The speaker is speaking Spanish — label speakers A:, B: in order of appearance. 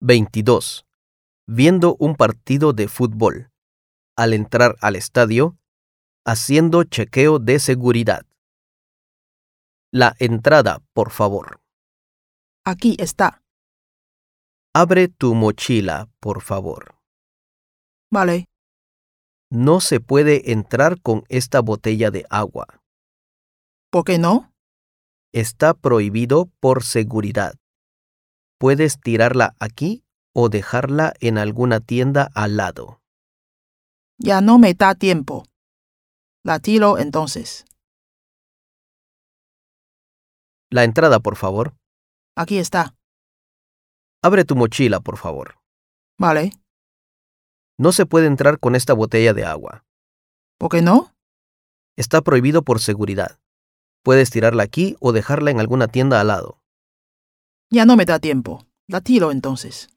A: 22. Viendo un partido de fútbol. Al entrar al estadio, haciendo chequeo de seguridad. La entrada, por favor.
B: Aquí está.
A: Abre tu mochila, por favor.
B: Vale.
A: No se puede entrar con esta botella de agua.
B: ¿Por qué no?
A: Está prohibido por seguridad. Puedes tirarla aquí o dejarla en alguna tienda al lado.
B: Ya no me da tiempo. La tiro entonces.
A: La entrada, por favor.
B: Aquí está.
A: Abre tu mochila, por favor.
B: Vale.
A: No se puede entrar con esta botella de agua.
B: ¿Por qué no?
A: Está prohibido por seguridad. Puedes tirarla aquí o dejarla en alguna tienda al lado.
B: Ya no me da tiempo. La tiro entonces.